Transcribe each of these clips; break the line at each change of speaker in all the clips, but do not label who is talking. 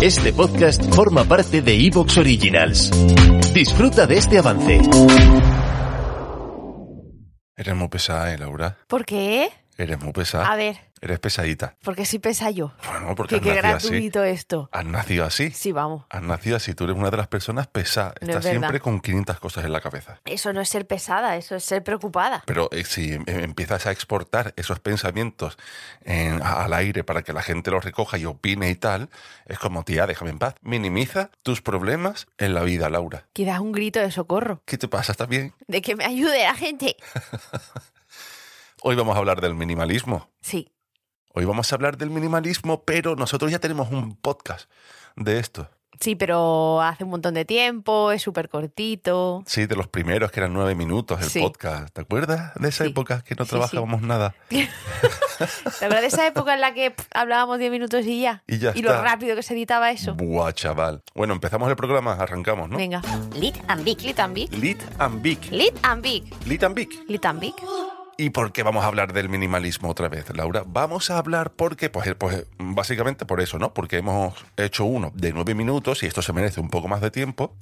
Este podcast forma parte de Evox Originals. Disfruta de este avance.
Eres muy pesada, eh, Laura.
¿Por qué?
Eres muy pesada.
A ver,
Eres pesadita.
porque si pesa yo.
Bueno, Ah. porque
Que
has
qué
nacido así.
gratuito esto.
Has nacido así.
Sí, vamos.
Has nacido así. Tú eres una de las personas pesadas.
No es
Estás
verdad.
siempre con 500 cosas en la cabeza.
Eso no es ser pesada, eso es ser preocupada.
Pero eh, si em- em- empiezas a exportar esos pensamientos en- a- al aire para que la gente los recoja y opine y tal, es como, tía, déjame en paz. Minimiza tus problemas en la vida, Laura.
Quizás un grito de socorro,
¿Qué te pasa? ¿Estás bien?
de que me ayude la gente.
Hoy vamos a hablar del minimalismo.
Sí,
Hoy vamos a hablar del minimalismo, pero nosotros ya tenemos un podcast de esto.
sí, pero hace un montón de tiempo, es súper cortito.
Sí, de los primeros que eran nueve minutos el
Sí.
podcast. ¿Te acuerdas de esa
Sí.
época que no
Sí,
trabajábamos nada?
¿Te acuerdas de esa época en la que pff, hablábamos 10 minutos y ya?
Y ya
y lo
está.
rápido que se editaba eso.
Buah, chaval. Bueno, empezamos el programa, arrancamos, ¿no?
Venga.
Lit and Vic.
Lit and Big.
Lit and Vic.
Lit and Big.
Lit and Vic.
Lit and Big.
¿Y por qué vamos a hablar del minimalismo otra vez, Laura? Vamos a hablar porque, pues, eh, pues básicamente por eso, ¿no? Porque hemos hecho uno de nueve minutos y esto se merece un poco más de tiempo.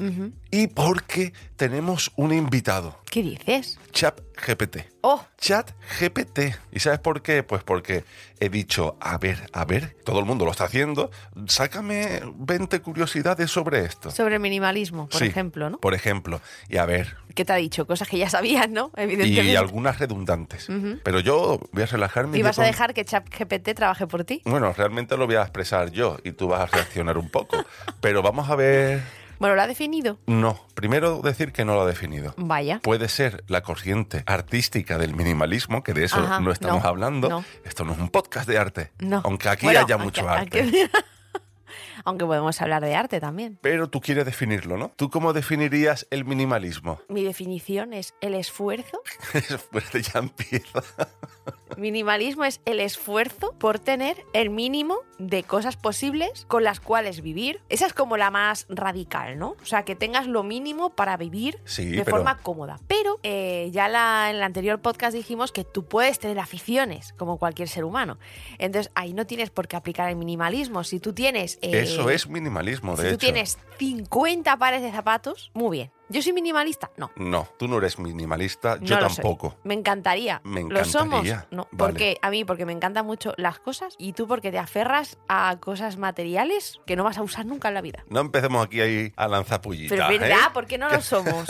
Y porque tenemos un invitado,
¿Qué dices?
Chap GPT.
Oh,
Chat GPT. ¿Y sabes por qué? Pues porque he dicho, a ver, a ver, todo el mundo lo está haciendo, sácame 20 curiosidades sobre esto.
sobre minimalismo, por
Sí,
ejemplo, ¿no?
Por ejemplo. Y a ver,
¿Qué te ha dicho? Cosas que ya sabías, ¿no? Evidentemente.
y algunas redundantes. Pero yo voy a relajarme.
¿Y
yo
vas a
con-
dejar que ChatGPT trabaje por ti?
Bueno, realmente lo voy a expresar yo y tú vas a reaccionar un poco. Pero vamos a ver...
Bueno, lo ha definido.
No, primero decir que no lo ha definido.
Vaya.
puede ser la corriente artística del minimalismo, que de eso
Ajá,
no estamos
no,
hablando.
no.
Esto no es un podcast de arte,
No.
aunque aquí
Bueno,
haya
aunque-
mucho arte.
aunque- aunque podemos hablar de arte también.
Pero tú quieres definirlo, ¿no? ¿Tú cómo definirías el minimalismo?
Mi definición es el esfuerzo.
Después de ya empieza.
Minimalismo es el esfuerzo por tener el mínimo de cosas posibles con las cuales vivir. Esa es como la más radical, ¿no? O sea, que tengas lo mínimo para vivir
Sí,
de
pero-
forma cómoda. Pero eh, ya la- en el anterior podcast dijimos que tú puedes tener aficiones, como cualquier ser humano. Entonces, ahí no tienes por qué aplicar el minimalismo. Si tú tienes... eh,
Eso es minimalismo, de
Si tú
hecho.
tienes 50 pares de zapatos, muy bien. ¿Yo soy minimalista? No.
No, tú no eres minimalista, yo
no lo soy.
tampoco.
Me encantaría.
Me
¿Lo somos?
encantaría.
No.
Vale.
Porque a mí, porque me encantan mucho las cosas y tú porque te aferras a cosas materiales que no vas a usar nunca en la vida.
No empecemos aquí ahí a lanzar
Pero
pullitas,
es verdad,
¿eh?
¿por qué no lo somos?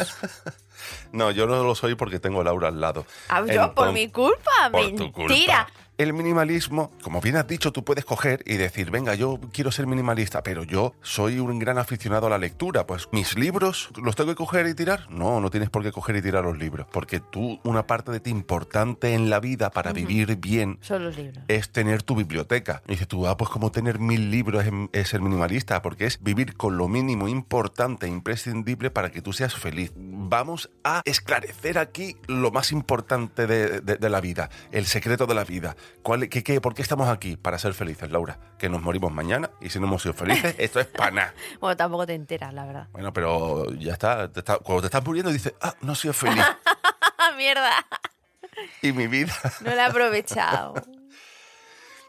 No, yo no lo soy porque tengo a Laura al lado.
Ah, yo, por
Entonces-
mi culpa,
Por tu
mentira.
culpa. El minimalismo, como bien has dicho, tú puedes coger y decir, venga, yo quiero ser minimalista, pero yo soy un gran aficionado a la lectura. Pues mis libros, ¿los tengo que coger y tirar? No, no tienes por qué coger y tirar los libros, porque tú, una parte de ti importante en la vida para vivir bien
Son los libros.
es tener tu biblioteca. Y dices tú, ah, pues como tener mil libros es, es ser minimalista, porque es vivir con lo mínimo importante e imprescindible para que tú seas feliz. Vamos a esclarecer aquí lo más importante de, de- de la vida, el secreto de la vida. ¿Cuál, qué, qué- ¿Por qué estamos aquí? Para ser felices, Laura. Que nos morimos mañana y si no hemos sido felices, esto es pana.
Bueno, tampoco te enteras, la verdad.
Bueno, pero ya está, te está- Cuando te estás muriendo dices, ah, no he sido feliz.
¡Ah, mierda!
y mi vida.
No la he aprovechado.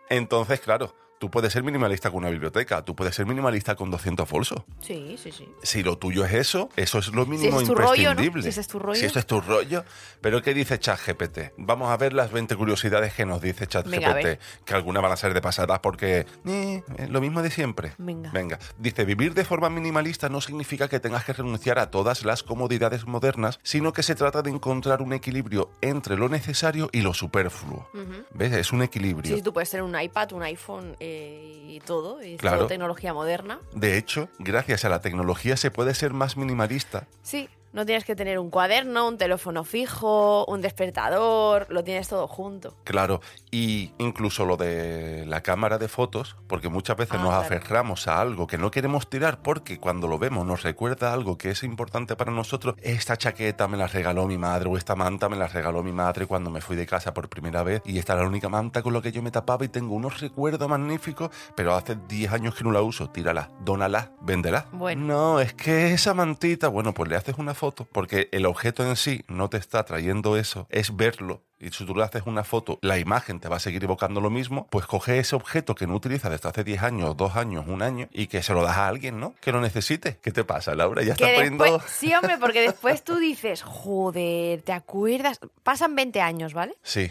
Entonces, claro, tú puedes ser minimalista con una biblioteca, tú puedes ser minimalista con 200 bolsos.
Sí, sí, sí.
Si lo tuyo es eso, eso es lo mínimo
ese es tu rollo, ¿no?
imprescindible.
Si ese es tu rollo.
Si ese es tu rollo. Pero ¿qué dice ChatGPT? Vamos a ver las 20 curiosidades que nos dice
Venga, a ver.
ChatGPT, que algunas van a ser de pasadas porque eh, eh, lo mismo de siempre.
Venga.
Dice, vivir de forma minimalista no significa que tengas que renunciar a todas las comodidades modernas, sino que se trata de encontrar un equilibrio entre lo necesario y lo superfluo. ¿Ves? Es un equilibrio.
Sí, tú puedes tener un iPad, un iPhone eh, y todo. Y
Claro.
todo tecnología moderna.
De hecho, gracias a la tecnología se puede ser más minimalista
Sí, No tienes que tener un cuaderno, un teléfono fijo, un despertador, lo tienes todo junto.
Claro, y incluso lo de la cámara de fotos, porque muchas veces
Ah,
nos
claro.
aferramos a algo que no queremos tirar porque cuando lo vemos nos recuerda algo que es importante para nosotros. Esta chaqueta me la regaló mi madre o esta manta me la regaló mi madre cuando me fui de casa por primera vez y esta era la única manta con la que yo me tapaba y tengo unos recuerdos magníficos, pero hace 10 años que no la uso. Tírala, dónala, véndela.
Bueno.
No, es que esa mantita, bueno, pues le haces una foto, porque el objeto en sí no te está trayendo eso, es verlo. Y si tú le haces una foto, la imagen te va a seguir evocando lo mismo, pues coge ese objeto que no utilizas desde hace 10 años, 2 años, un año, y que se lo das a alguien, ¿no? Que lo necesite. ¿Qué te pasa, Laura? Ya
Que
estás poniendo...
después- sí, hombre, porque después tú dices, joder, ¿te acuerdas? Pasan 20 años, ¿vale?
Sí,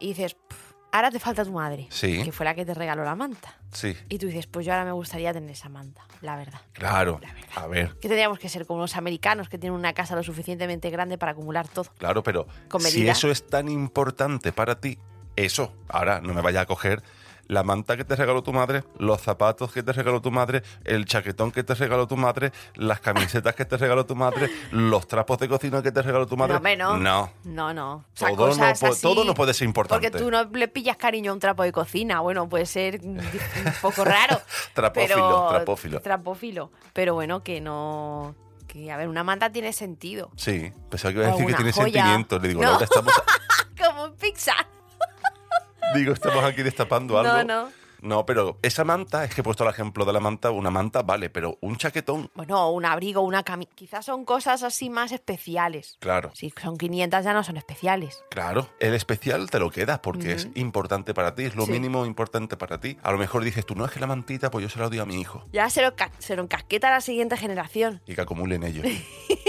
Y dices, "Pff, ahora te falta tu madre,
Sí.
que fue la que te regaló la manta.
sí,
Y tú dices, pues yo ahora me gustaría tener esa manta, la verdad.
claro.
La verdad.
A ver,
Que tendríamos que ser como los americanos que tienen una casa lo suficientemente grande para acumular todo.
Claro, pero
Con
si
medida.
eso es tan importante para ti, eso, ahora no me vaya a coger la manta que te regaló tu madre, los zapatos que te regaló tu madre, el chaquetón que te regaló tu madre, las camisetas que te regaló tu madre, los trapos de cocina que te regaló tu madre.
No, hombre, no.
No.
No, no. O sea,
Todo no
cosas
po-
así,
todo no puede ser importante.
Porque tú no le pillas cariño a un trapo de cocina. Bueno, puede ser un poco raro.
Trapófilo,
pero-
trapófilo.
Trapófilo. Pero bueno, que no. Que, a ver, una manta tiene sentido.
Sí, pensaba que iba a decir que
Alguna
tiene
joya.
sentimientos. Le digo,
No.
Laura, estamos,
Como un pizza.
digo, estamos aquí destapando
No,
algo.
no.
No, pero esa manta, es que he puesto el ejemplo de la manta, una manta vale, pero un chaquetón,
Bueno, un abrigo, una camisa. Quizás son cosas así más especiales.
claro.
Si son 500 ya no son especiales.
Claro, el especial te lo quedas porque es importante para ti, es lo
Sí.
mínimo importante para ti. A lo mejor dices tú, no es que la mantita, pues yo se la doy a mi hijo
Ya se lo, ca- se lo encasqueta a la siguiente generación.
y que acumulen ellos.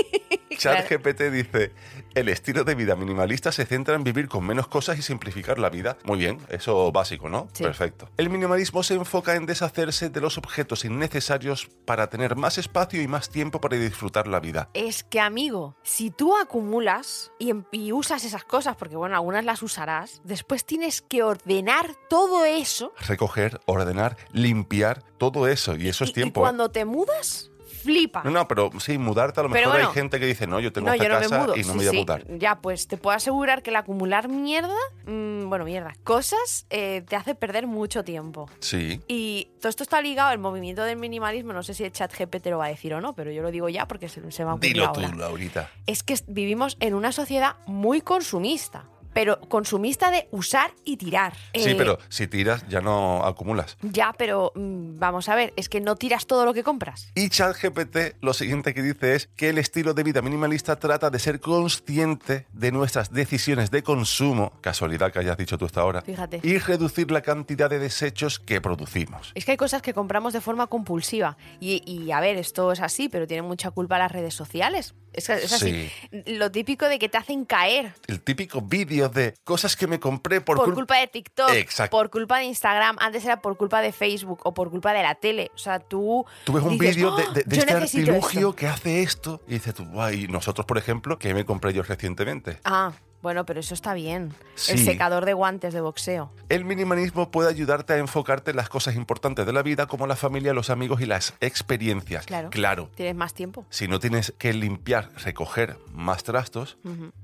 Claro.
ChatGPT dice, el estilo de vida minimalista se centra en vivir con menos cosas y simplificar la vida. Muy bien, eso básico, ¿no?
Sí.
Perfecto. El minimalismo se enfoca en deshacerse de los objetos innecesarios para tener más espacio y más tiempo para disfrutar la vida.
Es que, amigo, si tú acumulas y, em- y usas esas cosas, porque bueno, algunas las usarás, después tienes que ordenar todo eso.
Recoger, ordenar, limpiar, todo eso. Y eso
Y-
es tiempo.
Y
¿eh?
cuando te mudas, flipa.
No, no, pero sí, mudarte a lo
Pero
mejor
bueno.
hay gente que dice, no, yo tengo
No,
esta
yo no me
casa
mudo.
y no
Sí,
me voy a
sí.
mudar.
Ya, pues te puedo asegurar que el acumular mierda, mm, bueno, mierda, cosas eh, te hace perder mucho tiempo.
Sí.
Y todo esto está ligado al movimiento del minimalismo. No sé si el chat GPT lo va a decir o no, pero yo lo digo ya porque se, se me ha ocurrido
Dilo tú,
ahora.
Laurita.
Es que vivimos en una sociedad muy consumista, pero consumista de usar y tirar.
Sí,
Eh,
pero si tiras ya no acumulas.
Ya, pero mm, vamos a ver, es que no tiras todo lo que compras.
Y ChatGPT lo siguiente que dice es que el estilo de vida minimalista trata de ser consciente de nuestras decisiones de consumo, casualidad que hayas dicho tú hasta ahora,
Fíjate. Eh.
y reducir la cantidad de desechos que producimos.
Es que hay cosas que compramos de forma compulsiva. Y, y, a ver, esto es así, pero tiene mucha culpa las redes sociales. Es, que es así. Lo típico de que te hacen caer
El típico vídeo de cosas que me compré por,
por,
cul-
culpa de TikTok,
Exacto.
por culpa de Instagram, antes era por culpa de Facebook o por culpa de la tele. O sea, tú.
Tú ves un
dices,
vídeo de,
"¡Ah!
de- de
Yo
este
necesito
artilugio
esto".
que hace esto y dices tú, guay, y nosotros, por ejemplo, que me compré yo recientemente.
Ah, bueno, pero eso está bien.
Sí.
El secador de guantes de boxeo.
El minimalismo puede ayudarte a enfocarte en las cosas importantes de la vida, como la familia, los amigos y las experiencias.
Claro.
claro.
Tienes más tiempo.
Si no tienes que limpiar, recoger más trastos,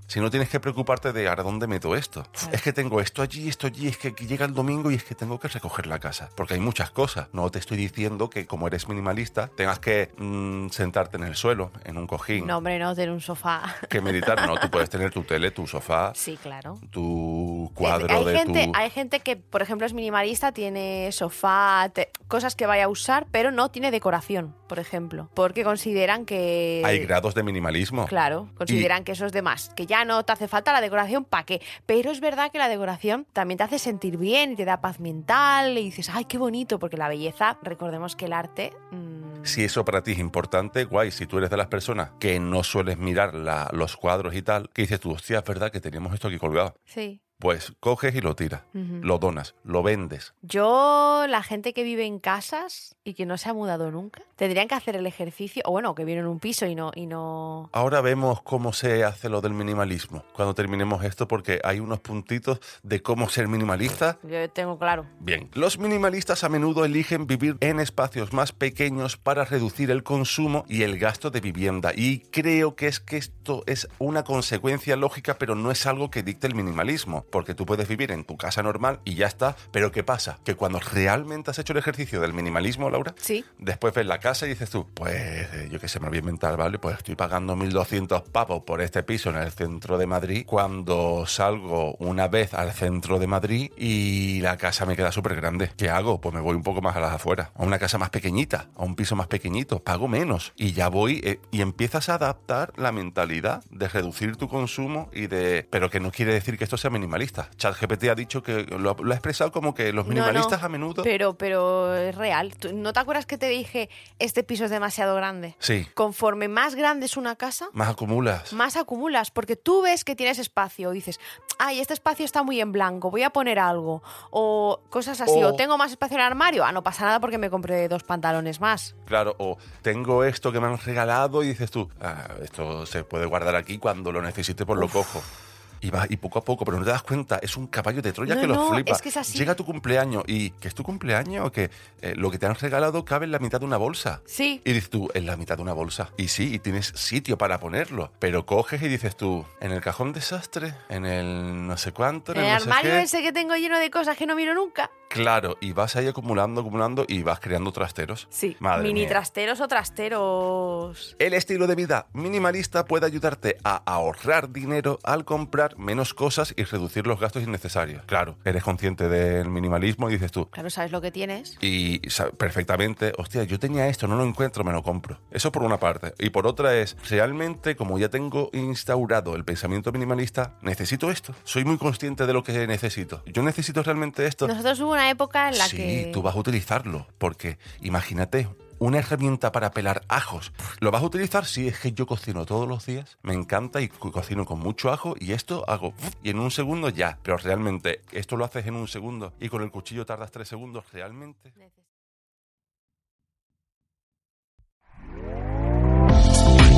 si no tienes que preocuparte de ahora dónde meto esto.
Claro.
Es que tengo esto allí, esto allí, es que aquí llega el domingo y es que tengo que recoger la casa. Porque hay muchas cosas. No te estoy diciendo que como eres minimalista, tengas que mm, sentarte en el suelo, en un cojín.
No, hombre, no, tener un sofá.
que meditar, no, tú puedes tener tu tele, tu sofá,
Sí, claro.
tu cuadro
hay,
de
gente,
tu...
hay gente que, por ejemplo, es minimalista, tiene sofá, te- cosas que vaya a usar, pero no tiene decoración, por ejemplo. Porque consideran que.
Hay grados de minimalismo.
Claro, consideran que eso es de más, que ya no te hace falta la decoración, ¿para qué? Pero es verdad que la decoración también te hace sentir bien y te da paz mental y dices, ay, qué bonito, porque la belleza, recordemos que el arte... mm,
Si eso para ti es importante, guay. Si tú eres de las personas que no sueles mirar la- los cuadros y tal, que dices tú, hostia, es verdad que teníamos esto aquí colgado.
sí.
Pues coges y lo tiras,
Ujú.
lo donas, lo vendes.
Yo, la gente que vive en casas y que no se ha mudado nunca, tendrían que hacer el ejercicio, o bueno, que vieron un piso y no, y no.
Ahora vemos cómo se hace lo del minimalismo cuando terminemos esto porque hay unos puntitos de cómo ser minimalista
Yo tengo claro.
Bien, los minimalistas a menudo eligen vivir en espacios más pequeños para reducir el consumo y el gasto de vivienda. Y creo que es que esto es una consecuencia lógica, pero no es algo que dicte el minimalismo, porque tú puedes vivir en tu casa normal y ya está. Pero ¿qué pasa? Que cuando realmente has hecho el ejercicio del minimalismo, Laura,
Sí.
después ves la casa y dices tú, pues eh, yo que se me había inventado, ¿vale? Pues estoy pagando 1.200 pavos por este piso en el centro de Madrid cuando salgo una vez al centro de Madrid y la casa me queda súper grande. ¿Qué hago? Pues me voy un poco más a las afueras, a una casa más pequeñita, a un piso más pequeñito, pago menos y ya voy eh, y empiezas a adaptar la mentalidad de reducir tu consumo y de... Pero que no quiere decir que esto sea minimalista. ChatGPT ha dicho que lo, lo ha expresado como que los
No, no,
minimalistas a menudo...
Pero, pero es real. ¿Tú- ¿No te acuerdas que te dije este piso es demasiado grande?
Sí,
Conforme más grande es una casa,
más acumulas.
más acumulas, porque tú ves que tienes espacio y dices, ay, este espacio está muy en blanco, voy a poner algo, o cosas así,
O-
o tengo más espacio en el armario, ah, no pasa nada porque me compré dos pantalones más.
Claro, o tengo esto que me han regalado y dices tú, "Ah, esto se puede guardar aquí cuando lo necesite, pues lo cojo. Y vas y poco a poco, pero no te das cuenta, es un caballo de Troya
No,
que lo
no,
flipa.
es que es así.
Llega tu cumpleaños y que es tu cumpleaños o que eh, lo que te han regalado cabe en la mitad de una bolsa.
Sí,
Y dices tú, en la mitad de una bolsa. Y sí, y tienes sitio para ponerlo. Pero coges y dices tú, en el cajón desastre, en el no sé cuánto, en
el
el, no sé
armario
qué".
ese que tengo lleno de cosas que no miro nunca.
Claro, y vas ahí acumulando, acumulando y vas creando trasteros.
Sí,
Madre
mini
mía.
trasteros o trasteros.
El estilo de vida minimalista puede ayudarte a ahorrar dinero al comprar menos cosas y reducir los gastos innecesarios. Claro, eres consciente del minimalismo y dices tú.
Claro, sabes lo que tienes.
Y sa- perfectamente, hostia, yo tenía esto, no lo encuentro, me lo compro. Eso por una parte. Y por otra es, realmente, como ya tengo instaurado el pensamiento minimalista, necesito esto. Soy muy consciente de lo que necesito. Yo necesito realmente esto
Nosotros hubo una época en la
sí,
que.
tú vas a utilizarlo, porque imagínate, una herramienta para pelar ajos. ¿Lo vas a utilizar? Sí, es que yo cocino todos los días, me encanta y co- cocino con mucho ajo y esto hago ¡fuf! y en un segundo ya, pero realmente esto lo haces en un segundo y con el cuchillo tardas tres segundos, realmente.